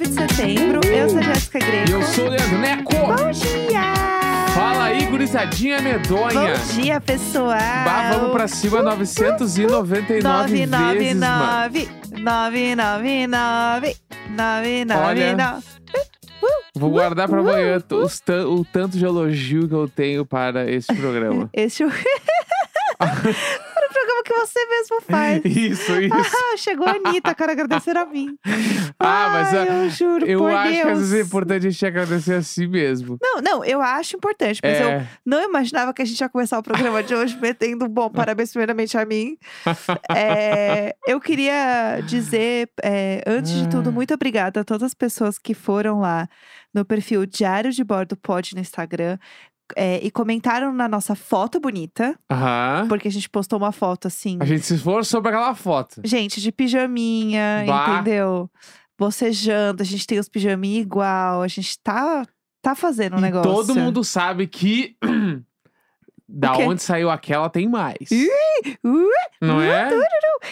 é setembro. Eu sou a Jéssica Greco. E eu sou o Leandro Neco. Bom dia! Fala aí, gurizadinha medonha. Bom dia, pessoal! Bah, vamos pra cima, 999 vezes, mano. 999 999 Olha. 999 Vou guardar pra amanhã t- os tan- o tanto de elogio que eu tenho para esse programa. Este é o Era o programa que você mesmo faz. Isso, isso. Ah, chegou a Anitta, quero agradecer a mim. Ah, mas Ai, ah, eu juro eu por acho que às Deus. vezes é importante a gente agradecer a si mesmo. Não, não, eu acho importante, mas eu É, Não imaginava que a gente ia começar o programa de hoje metendo um bom parabéns primeiramente a mim. É, eu queria dizer, é, antes de tudo, Ah. muito obrigada a todas as pessoas que foram lá no perfil Diário de Bordo Pod no Instagram. é, e comentaram na nossa foto bonita, aham. porque a gente postou uma foto assim, Ah. A gente se esforçou pra aquela foto. gente, de pijaminha, Bah. entendeu? Bocejando, a gente tem os pijaminha igual, a gente tá, tá fazendo um E negócio. todo mundo sabe que da O quê? onde saiu aquela tem mais. Ih, Uh! Não é?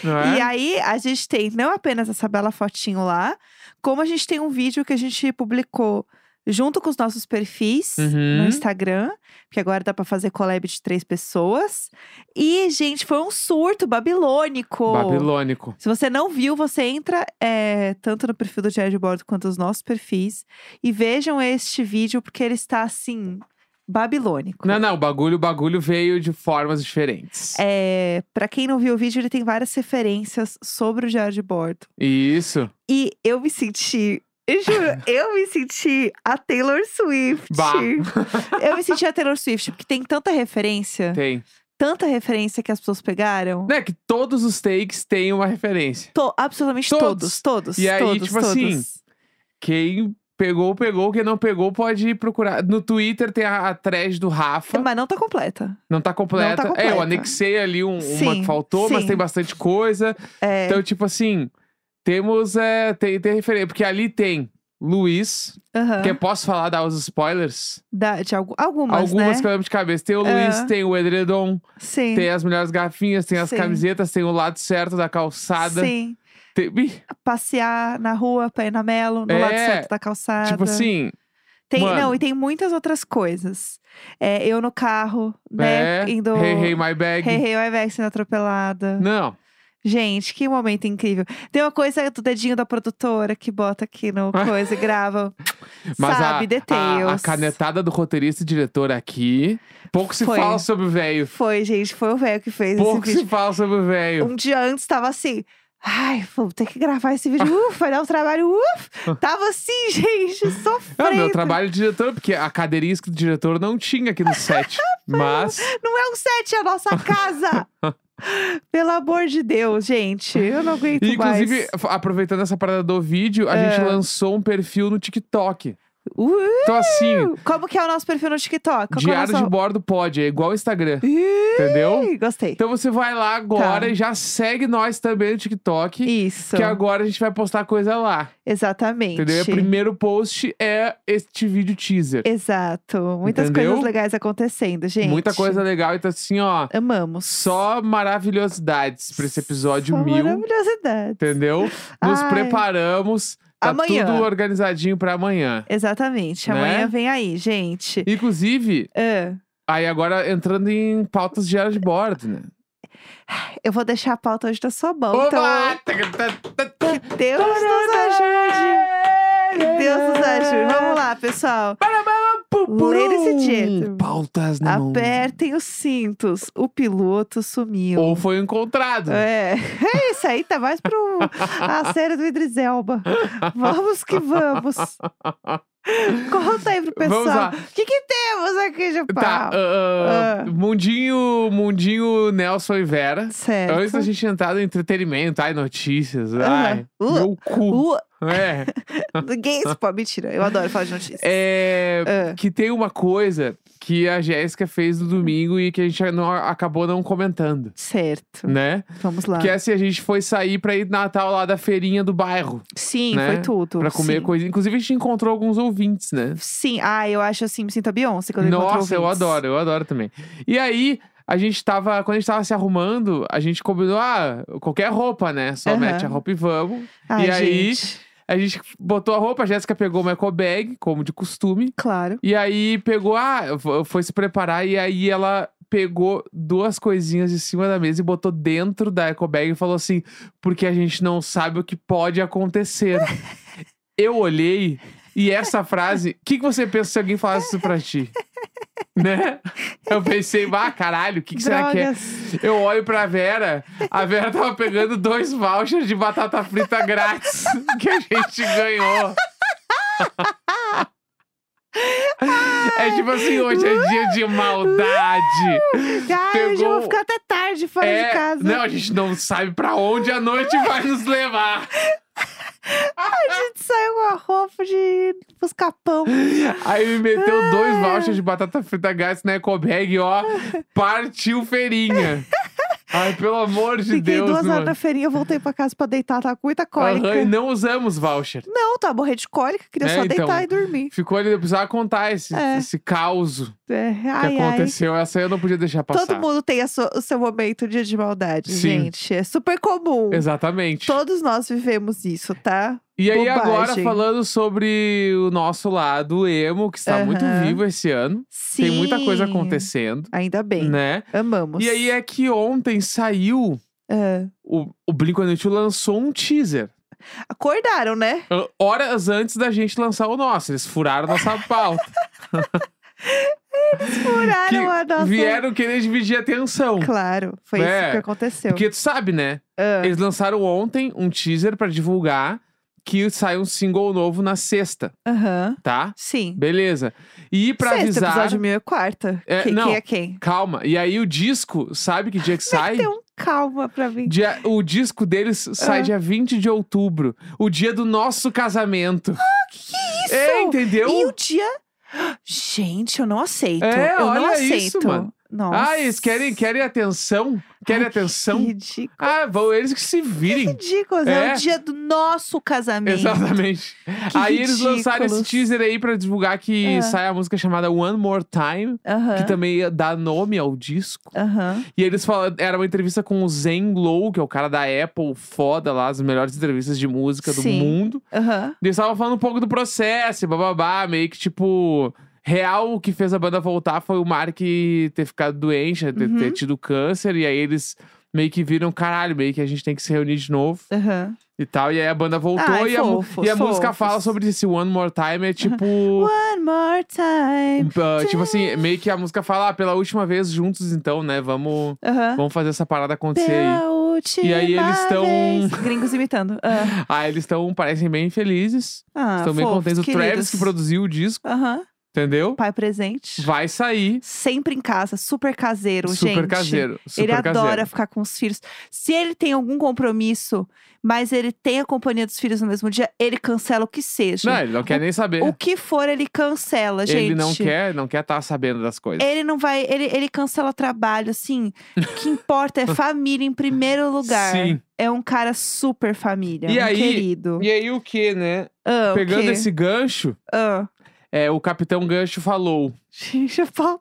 Não é? E aí, a gente tem não apenas essa bela fotinho lá, como a gente tem um vídeo que a gente publicou junto com os nossos perfis Uhum. no Instagram, que agora dá pra fazer collab de três pessoas. E, gente, foi um surto babilônico. Babilônico. Se você não viu, você entra é, tanto no perfil do Diário de Bordo quanto nos nossos perfis e vejam este vídeo, porque ele está assim, babilônico. Não, não, o bagulho, o bagulho veio de formas diferentes. É, para quem não viu o vídeo, ele tem várias referências sobre o Diário de Bordo. Isso. E eu me senti. Eu juro, eu me senti a Taylor Swift. Bah. Eu me senti a Taylor Swift, porque tem tanta referência, Tem. tanta referência que as pessoas pegaram. Não é que todos os takes têm uma referência. To- absolutamente Todos. todos, todos. E aí, todos, tipo todos. assim, Quem pegou, pegou. Quem não pegou, pode ir procurar. No Twitter tem a, a thread do Rafa. Mas não tá completa. Não tá completa. É, eu completa. anexei ali um- uma Sim, que faltou, mas sim. tem bastante coisa. É, Então, tipo assim, temos. É, tem, tem referência. Porque ali tem Luiz. aham. Que posso falar, dar os spoilers? Da- de algu- algumas, Algumas que né? eu lembro de cabeça. Tem o É. Luiz, tem o Edredom, Sim. tem as melhores garfinhas, tem as Sim. camisetas, tem o lado certo da calçada. Sim. Tem- Ih, Passear na rua, pra ir na Melo, no É, lado certo da calçada. tipo assim, Tem, Mano. não, e tem muitas outras coisas. É, eu no carro, né? é, indo. hey, hey, my bag. Hey, hey, vai sendo atropelada. Não, Gente, que momento incrível. Tem uma coisa do dedinho da produtora que bota aqui no coisa e grava. mas a- Sabe, a, a, details. canetada do roteirista e diretor aqui. Pouco se Foi. fala sobre o velho. Foi, gente, foi o velho que fez Pouco esse se vídeo. fala sobre o velho. Um dia antes tava assim. Ai, vou ter que gravar esse vídeo. Uf, vai dar um trabalho. Uf! Tava assim, gente, É o sofrendo. meu trabalho de diretor, porque a cadeirinha do diretor não tinha aqui no set. mas, Não é um set, é a nossa casa. Pelo amor de Deus, gente. Eu não aguento e, inclusive, mais. Ah. f- aproveitando essa parada do vídeo, a gente lançou um perfil no TikTok. Uh, Então, assim, como que é o nosso perfil no TikTok? Qual que é o Diário nosso- de bordo pode, é igual o Instagram, Ih, entendeu? Gostei. Então você vai lá agora Tá. e já segue nós também no TikTok, Isso. que agora a gente vai postar coisa lá, Exatamente. entendeu? É E o primeiro post é este vídeo teaser. Exato. Muitas Entendeu? coisas legais acontecendo, gente. Muita coisa legal, então assim, ó, Amamos. só maravilhosidades pra esse episódio Só mil, Maravilhosidade. entendeu? Nos Ai. preparamos, tá Amanhã. tudo organizadinho pra amanhã. Exatamente. Né? Amanhã vem aí, gente. Inclusive, Ah, aí agora entrando em pautas de área de bordo, né? eu vou deixar a pauta hoje na sua mão. Oba! Então, que Deus nos ajude. Que Deus nos ajude. Vamos lá, pessoal. Ladies and gentlemen. Pautas na mão. Apertem os cintos. O piloto sumiu. Ou foi encontrado. É, é isso aí, tá mais pro a série do Idris Elba. Vamos que vamos. Conta aí pro Vamos lá. pessoal. O que, que temos aqui de pau? Tá, Ah. ah, mundinho, mundinho Nelson e Vera. certo. Antes da gente entrar no entretenimento, ai, notícias, ai, Aham. Uh. meu cu. Uh, É, ninguém se pô, mentira. Eu adoro falar de notícias. é, Ah. que tem uma coisa que a Jéssica fez no domingo e que a gente não- acabou não comentando, Certo. né? Vamos lá. Que é se a gente foi sair pra ir Natal lá da feirinha do bairro. Sim, né? foi tudo. Pra comer sim. coisa. Inclusive, a gente encontrou alguns ouvintes, né? Sim, ah, eu acho assim, me sinto a Beyoncé quando encontro Nossa, eu ouvintes. adoro, eu adoro também. E aí, a gente tava. Quando a gente tava se arrumando, a gente combinou, ah, qualquer roupa, né? Só Aham. mete a roupa e vamos. Ai, E aí, gente. A gente botou a roupa, a Jéssica pegou uma eco bag, como de costume. Claro. E aí pegou, ah, fo- foi se preparar e aí ela pegou duas coisinhas de cima da mesa e botou dentro da eco bag e falou assim: "Porque a gente não sabe o que pode acontecer". Eu olhei e essa frase, o que, que você pensa se alguém falasse isso pra ti? Né? Eu pensei, ah, caralho, o que, que será que é? Drogas. Eu olho pra Vera, a Vera tava pegando dois vouchers de batata frita grátis que a gente ganhou. É tipo assim, hoje é dia de maldade. Ah, hoje eu Pegou- vou ficar até tarde fora de É, casa. não, a gente não sabe pra onde a noite vai nos levar. A gente saiu com a roupa de buscar pão. Aí me meteu dois vouchers de batata frita grátis na Ecobag, ó. Partiu feirinha. Ai, pelo amor de Fiquei Deus, duas horas mano. na feirinha, eu voltei pra casa pra deitar, tava com muita cólica. Aham, e não usamos voucher. Não, tava morrendo de cólica, queria É, só então. deitar e dormir. Ficou ali, eu precisava contar esse, É. esse caos É, ai, ai. que aconteceu. Essa eu não podia deixar passar. Todo mundo tem a sua- o seu momento de de maldade, Sim. gente. É super comum. Exatamente. Todos nós vivemos isso, tá? E aí, agora, Bobagem. falando sobre o nosso lado emo, que está muito Aham. vivo esse ano. Sim. Tem muita coisa acontecendo, Ainda bem. né? Amamos. E aí é que ontem saiu. É. O, o Blink-182 lançou um teaser. Acordaram, né? Ah, Horas antes da gente lançar o nosso. Eles furaram a nossa pauta. que Furaram a nossa. Vieram querer dividir a atenção. Claro, foi É, isso que aconteceu. Porque tu sabe, né? Ah. Eles lançaram ontem um teaser pra divulgar que sai um single novo na sexta, Aham. tá? Sim. Beleza. E pra Sexto avisar. episódio meu é quarta. É, quem, não. quem é quem? Calma. E aí o disco, sabe que dia que sai? Tem um calma pra mim. Dia- o disco deles sai Ah. dia 20 de outubro, o dia do nosso casamento. Ah, que isso? É, entendeu? E o dia... Gente, eu não aceito. É, eu não olha aceito. isso, mano. Nossa. Ah, eles querem, querem atenção? Querem Ai, que atenção? Ridículo. Ah, vão eles que se virem. Ridículo. É. É. o dia do nosso casamento. Exatamente. aí eles lançaram esse ridículos. teaser aí pra divulgar que É. sai a música chamada One More Time, Aham. que também dá nome ao disco. Aham. E eles falaram, era uma entrevista com o Zen Low, que é o cara da Apple, foda lá, as melhores entrevistas de música do Sim. mundo. Aham. E eles estavam falando um pouco do processo, e bababá, meio que tipo. Real, o que fez a banda voltar foi o Mark ter ficado doente, ter, Uhum. ter tido câncer, e aí eles meio que viram, caralho, meio que a gente tem que se reunir de novo Aham. e tal. E aí a banda voltou Ai, e a, mu- fofos, e a música fofos. fala sobre esse One More Time. É tipo. One more um, time. ah, tipo assim, meio que a música fala ah, pela última vez juntos, então, né? Vamos, Aham. vamos fazer essa parada acontecer aí. Pela última E aí eles tão- vez. Gringos imitando. Ah, Ah, eles estão, parecem bem felizes. ah estão bem fofos, contentes. O Travis queridos. que produziu o disco, Aham. entendeu? Pai presente. Vai sair. Sempre em casa, super caseiro, gente. super caseiro. Super ele caseiro. adora ficar com os filhos. Se ele tem algum compromisso, mas ele tem a companhia dos filhos no mesmo dia, ele cancela o que seja. Não, ele não quer nem saber. O que for, ele cancela, gente. Ele não quer, não quer estar sabendo das coisas. Ele não vai. Ele, ele cancela trabalho, assim. O que importa é família em primeiro lugar. Sim. É um cara super família. E um aí- querido. E aí o que, né? Ah, o Pegando quê? esse gancho, Ah. é, o Capitão Gancho falou. Gente, eu falo.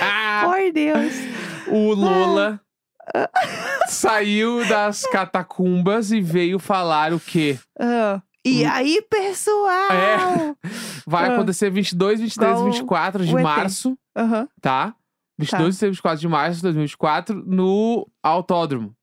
Ah. Por Deus. O Lola saiu das catacumbas e veio falar o quê? Ah. E Hum. aí, pessoal? É. Vai Ah. acontecer 22, 23 e Igual 24 de o ET. março, Aham. tá? 22 e 23 e 24 de março de 2024 no autódromo,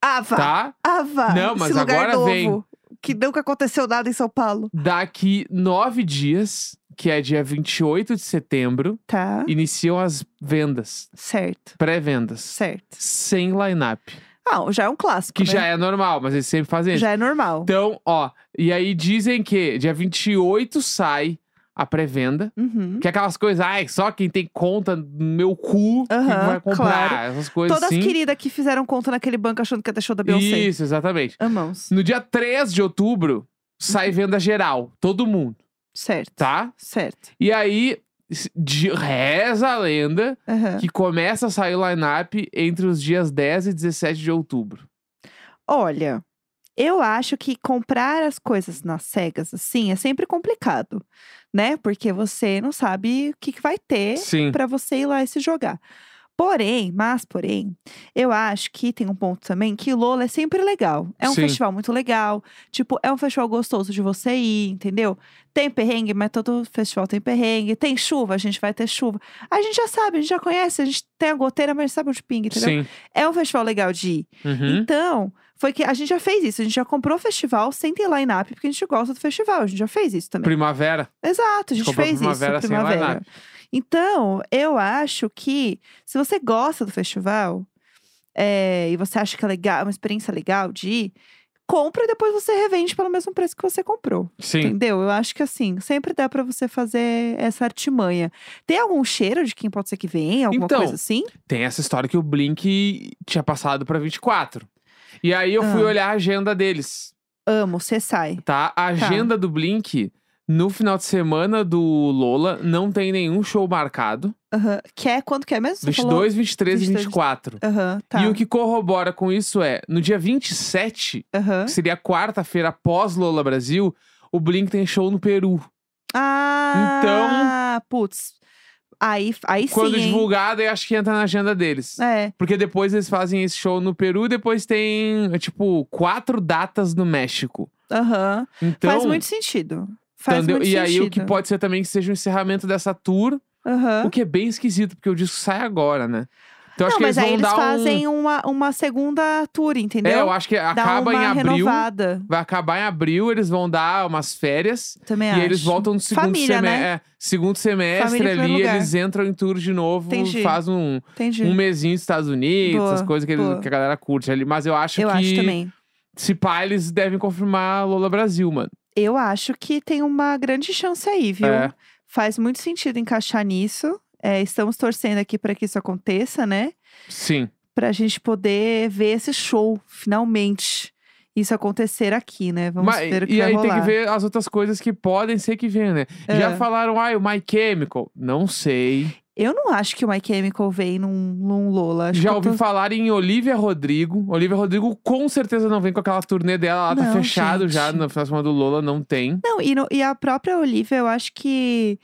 Ava. tá? Ava. Não, mas Esse lugar agora novo, vem. Que nunca aconteceu nada em São Paulo. Daqui nove dias, que é dia 28 de setembro, Tá. iniciam as vendas, Certo. pré-vendas, Certo. sem line-up, Ah, já é um clássico. que né? já é normal, mas eles sempre fazem isso. Já é normal. Então, ó, e aí dizem que dia 28 sai a pré-venda. Uhum. Que é aquelas coisas, ai, só quem tem conta no meu cu que Aham, vai comprar. claro. Essas coisas Todas assim. queridas que fizeram conta naquele banco achando que ia ter show da Beyoncé. Isso, exatamente. Amamos. No dia 3 de outubro, sai Uhum. venda geral. Todo mundo, Certo. tá? Certo. E aí, s- de- reza a lenda Aham. que começa a sair o line-up entre os dias 10 e 17 de outubro. Olha, eu acho que comprar as coisas nas cegas, assim, é sempre complicado, né? Porque você não sabe o que, que vai ter Sim. pra você ir lá e se jogar. Porém, mas porém, eu acho que tem um ponto também que Lola é sempre legal. É um Sim. festival muito legal. Tipo, é um festival gostoso de você ir, entendeu? Tem perrengue, mas todo festival tem perrengue. Tem chuva, a gente vai ter chuva. A gente já sabe, a gente já conhece, a gente tem a goteira, mas a gente sabe onde pinga, entendeu? Sim. É um festival legal de ir. Uhum. Então, foi que a gente já fez isso. A gente já comprou o festival sem ter line-up, porque a gente gosta do festival. A gente já fez isso também. Primavera. Exato, a gente Comprou fez Primavera isso. sem Primavera. line-up. Então, eu acho que se você gosta do festival é, e você acha que é legal, é uma experiência legal de ir, compra e depois você revende pelo mesmo preço que você comprou. Sim. Entendeu? Eu acho que assim, sempre dá pra você fazer essa artimanha. Tem algum cheiro de quem pode ser que venha? Alguma Então, coisa assim? Tem essa história que o Blink tinha passado pra 24. E aí eu fui Ah. olhar a agenda deles, Amo, você sai. tá? A agenda do Blink no final de semana do Lola não tem nenhum show marcado. Aham. Quer quando quer mesmo? Você falou? 22, 23 e 23, 24. Aham, tá. E o que corrobora com isso é, no dia 27, Aham. que seria a quarta-feira após Lola Brasil, o Blink tem show no Peru. Então Ah, putz. Aí, aí Quando sim. hein? divulgado, eu acho que entra na agenda deles. É. Porque depois eles fazem esse show no Peru e depois tem, é, tipo, quatro datas no México. Aham. Então, Faz muito sentido. Faz entendeu? muito e sentido. aí o que pode ser também que seja o encerramento dessa tour, Aham. o que é bem esquisito, porque o disco sai agora, né? Então acho Não, que mas eles aí vão eles dar um. fazem uma, uma segunda tour, entendeu? É, eu acho que Dá acaba uma em abril. renovada. Vai acabar em abril, eles vão dar umas férias. Também e É, acho. aí eles voltam no segundo Família, semestre. né? é, segundo semestre Família em ali, primeiro lugar. eles entram em tour de novo, Entendi. fazem um, Entendi. um mesinho nos Estados Unidos, Boa, essas coisas que, eles- boa. que a galera curte ali. Mas eu acho eu que acho também. se pá, eles devem confirmar Lola Brasil, mano. Eu acho que tem uma grande chance aí, viu? É. Faz muito sentido encaixar nisso. É, estamos torcendo aqui para que isso aconteça, né? Sim. pra gente poder ver esse show, finalmente. Isso acontecer aqui, né? Vamos Mas- ver o que e vai aí rolar. tem que ver as outras coisas que podem ser que venham, né? É. Já falaram, ai, o My Chemical. Não sei. Eu não acho que o My Chemical vem num, num Lola. Acho Já que tá eu ouvi tô- falar em Olivia Rodrigo. Olivia Rodrigo com certeza não vem com aquela turnê dela. Ela tá Não, fechado já gente. na final de semana do Lola, não tem. Não, e, no- e a própria Olivia, eu acho que.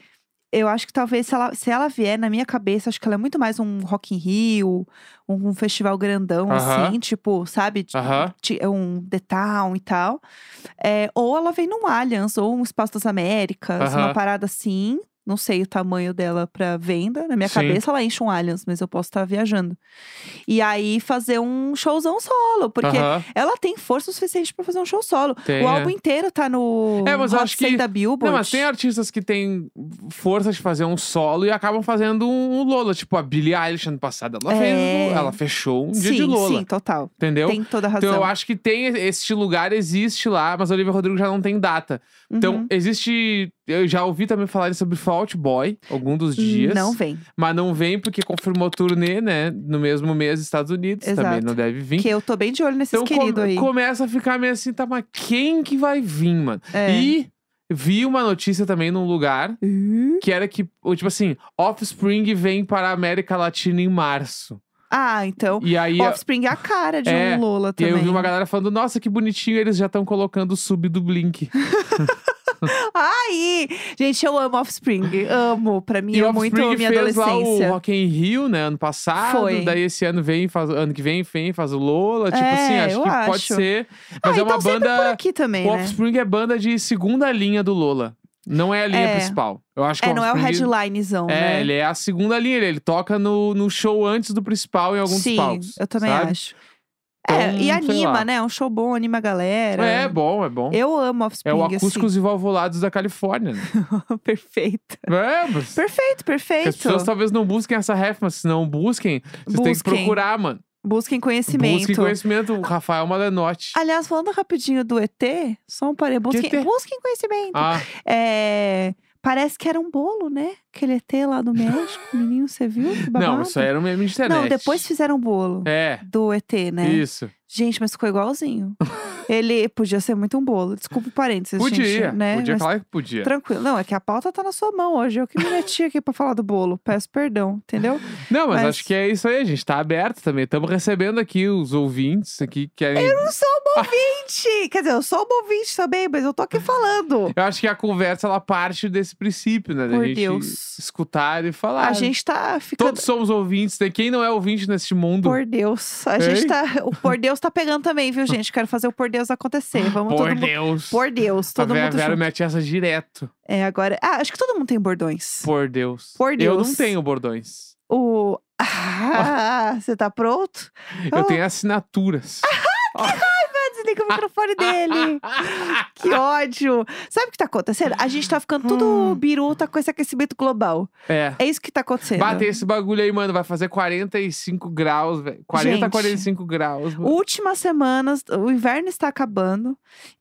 Eu acho que talvez se ela, se ela vier na minha cabeça, acho que ela é muito mais um Rock in Rio, um, um festival grandão, Aham. assim, tipo, sabe? Ti- Aham. ti- Um The Town e tal. É, ou ela vem num Allianz, ou um Espaço das Américas, Aham. uma parada assim. Não sei o tamanho dela pra venda. Na minha Sim. cabeça, ela enche um Allianz, mas eu posso estar viajando. E aí fazer um showzão solo, porque Aham, ela tem força o suficiente pra fazer um show solo. tem, O é. álbum inteiro tá no É, mas eu Hot acho 100 que- da Billboard. Não, mas tem artistas que têm força de fazer um solo e acabam fazendo um Lola. Tipo, a Billie Eilish ano passado, ela, É. fez, ela fechou um dia sim, de Lola. Sim, total. Entendeu? Tem toda a razão. Então eu acho que tem este lugar, existe lá, mas Olivia Rodrigo já não tem data. Então, Uhum. existe. Eu já ouvi também falarem sobre Fault Boy algum dos dias. Não vem. Mas não vem porque confirmou turnê, né? No mesmo mês, Estados Unidos. Também Exato. não deve vir. Porque eu tô bem de olho nesses então come- queridos aí. começa a ficar meio assim, tá, mas quem que vai vir, mano? É. E vi uma notícia também num lugar Ih. que era que, ou, tipo assim, Offspring vem para a América Latina em março. Ah, então. E aí. Offspring é a cara de É, um Lola E aí também. eu vi uma galera falando, nossa, que bonitinho, eles já estão colocando o sub do Blink. Aí! Gente, eu amo Offspring. Amo. Pra mim e é o muito Offspring minha fez lá o adolescência. Rock in Rio, né, ano passado. Foi. Daí esse ano vem, faz, ano que vem, vem faz o Lola. Tipo É, assim, acho eu que pode acho. ser. Mas ah, é uma então sempre por banda... aqui também, O né? Offspring é banda de segunda linha do Lola. Não é a linha É. principal. Eu acho que É, não é o Offspring- headlinezão, É, né? ele é a segunda linha. Ele, ele toca no, no show antes do principal em é alguns Sim, palcos. eu também sabe? acho. É, Então, e sei anima, lá. né? É um show bom, anima a galera. É bom, é bom. Eu amo Offspring. É o assim. Acústicos e Valvulados da Califórnia. Né? Perfeito. é, mas... Perfeito, Porque As perfeito. pessoas talvez não busquem essa ref, mas se não busquem, vocês têm que Busquem. procurar, mano. Busquem conhecimento. Busquem conhecimento. O Rafael Malenotti. Aliás, falando rapidinho do ET, só um parei. Busquem, ET? busquem conhecimento. Ah, É, parece que era um bolo, né? Aquele ET lá do México, menino, você viu? Que babado. não, isso aí era um meme de internet. Não, depois fizeram um bolo É, do ET, né? isso. Gente, mas ficou igualzinho. Ele podia ser muito um bolo. Desculpa o parênteses, podia, gente, né? podia, Mas claro que podia. tranquilo. Não, é que a pauta tá na sua mão hoje. Eu que me meti aqui pra falar do bolo. Peço perdão, entendeu? Não, mas, mas- acho que é isso aí, a gente tá aberto também. Estamos recebendo aqui os ouvintes aqui que querem. Eu... Não sou uma ouvinte! Quer dizer, eu sou uma ouvinte também, mas eu tô aqui falando. acho que a conversa ela parte desse princípio, né? Da Por gente Deus. escutar e falar. A gente tá ficando. Todos somos ouvintes, né? Quem não é ouvinte neste mundo? Por Deus. A Hein? gente tá. O Por Deus tá pegando também, viu, gente? Quero fazer o Por Deus acontecer. Vamos Por todo mundo. Deus. Tá Por Deus, todo a Vera, mundo Vera junto. mete essa direto. É, agora. Ah, acho que todo mundo tem bordões. Por Deus. Por Eu não Deus. tenho bordões. O. Ah, você tá pronto? Eu Ah. tenho assinaturas. Ah, Desliga o microfone dele. Que ódio! Sabe o que tá acontecendo? A gente tá ficando Hum. tudo biruta com esse aquecimento global. é. É isso que tá acontecendo. Bater esse bagulho aí, mano. Vai fazer 45 graus, velho. 40, Gente. 45 graus. Mano. Últimas semanas, o inverno está acabando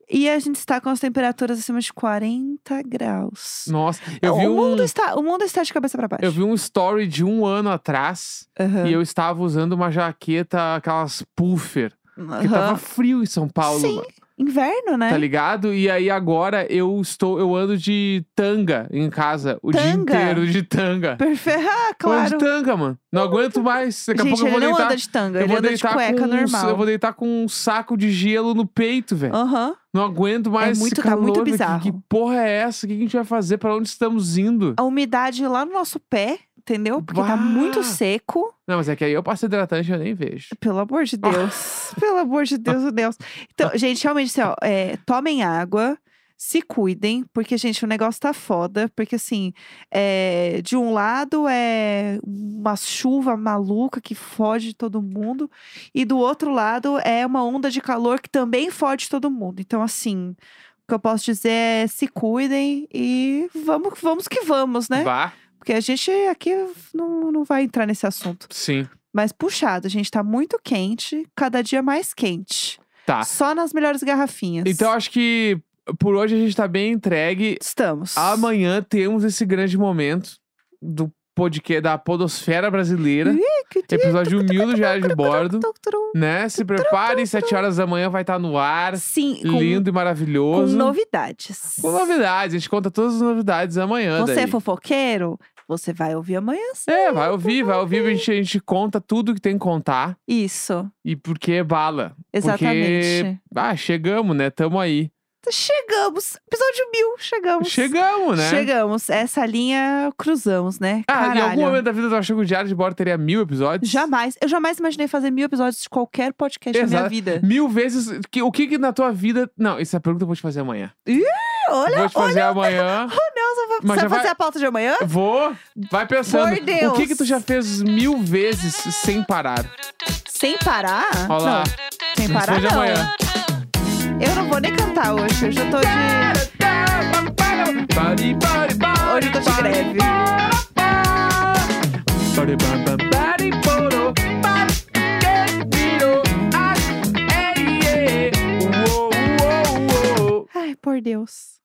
e a gente está com as temperaturas acima de 40 graus. Nossa, eu vi o, um. mundo está, o mundo está de cabeça pra baixo. Eu vi um story de um ano atrás Aham. e eu estava usando uma jaqueta, aquelas puffer, que Aham. tava frio em São Paulo, Sim, mano, Inverno, né? tá ligado? E aí agora eu estou, eu ando de tanga em casa o dia Tanga? inteiro de tanga. Perfeito. Ah, Eu ando claro. então, de tanga, mano. Não aguento mais. então, Daqui a gente, pouco eu ele vou não deitar. anda de tanga, eu ele vou anda de deitar cueca com um- normal. eu vou deitar com um saco de gelo no peito, velho. Aham. Não aguento mais esse muito- tá muito calor, velho. bizarro. Que, que porra é essa? O que que a gente vai fazer? Pra onde estamos indo? A umidade lá no nosso pé, entendeu? Porque Bah! tá muito seco. Não, mas é que aí eu passo hidratante e eu nem vejo. Pelo amor de Deus. Pelo amor de Deus, meu Deus. Então, gente, realmente, assim, ó, é, tomem água, se cuidem, porque, gente, o negócio tá foda. Porque, assim, é, de um lado é uma chuva maluca que fode todo mundo, e do outro lado é uma onda de calor que também fode todo mundo. Então, assim. O que eu posso dizer é se cuidem e vamos, vamos que vamos, né? Vá, Porque a gente aqui não, não vai entrar nesse assunto. sim. Mas puxado, a gente tá muito quente, cada dia mais quente. Tá. Só nas melhores garrafinhas. Então acho que por hoje a gente tá bem entregue. estamos. Amanhã temos esse grande momento do podcast da Podosfera Brasileira. é que dia- Episódio humilde Diário de Bordo. Tum, tum. Né? Se prepare, 7 horas da manhã vai estar no ar. Sim, com, Lindo e com maravilhoso. novidades. Com novidades, a gente conta todas as novidades amanhã. Você daí. é fofoqueiro? Você vai ouvir amanhã sim. É, vai ouvir, vai ouvir, a gente, a gente conta tudo que tem que contar. Isso, E porque é bala. Porque, exatamente. ah, chegamos, né? Tamo aí. Chegamos! Episódio mil, chegamos. Chegamos, né? Chegamos. Essa linha cruzamos, né? Ah, Caralho. em algum momento da vida tu achou que o Diário de Bordo teria mil episódios? Jamais. Eu jamais imaginei fazer mil episódios de qualquer podcast Exato. na minha vida. Mil vezes. que- o que que na tua vida. Não, essa é pergunta eu vou te fazer amanhã. Olha, vou te fazer amanhã. Nelson, Mas você já vai vai- fazer a pauta de amanhã? Vou. Vai pensando. Por Deus. O que que tu já fez mil vezes sem parar? Sem parar? Olha lá. Não, sem parar Responde não. amanhã. Eu não vou nem cantar hoje. Hoje eu tô de. Bari, bari, bari, Hoje eu tô de bari, greve. bari, bari, bari, boro, bari, que virou. Ai, ei, ei. Uou, uou, uou. Ai, por Deus.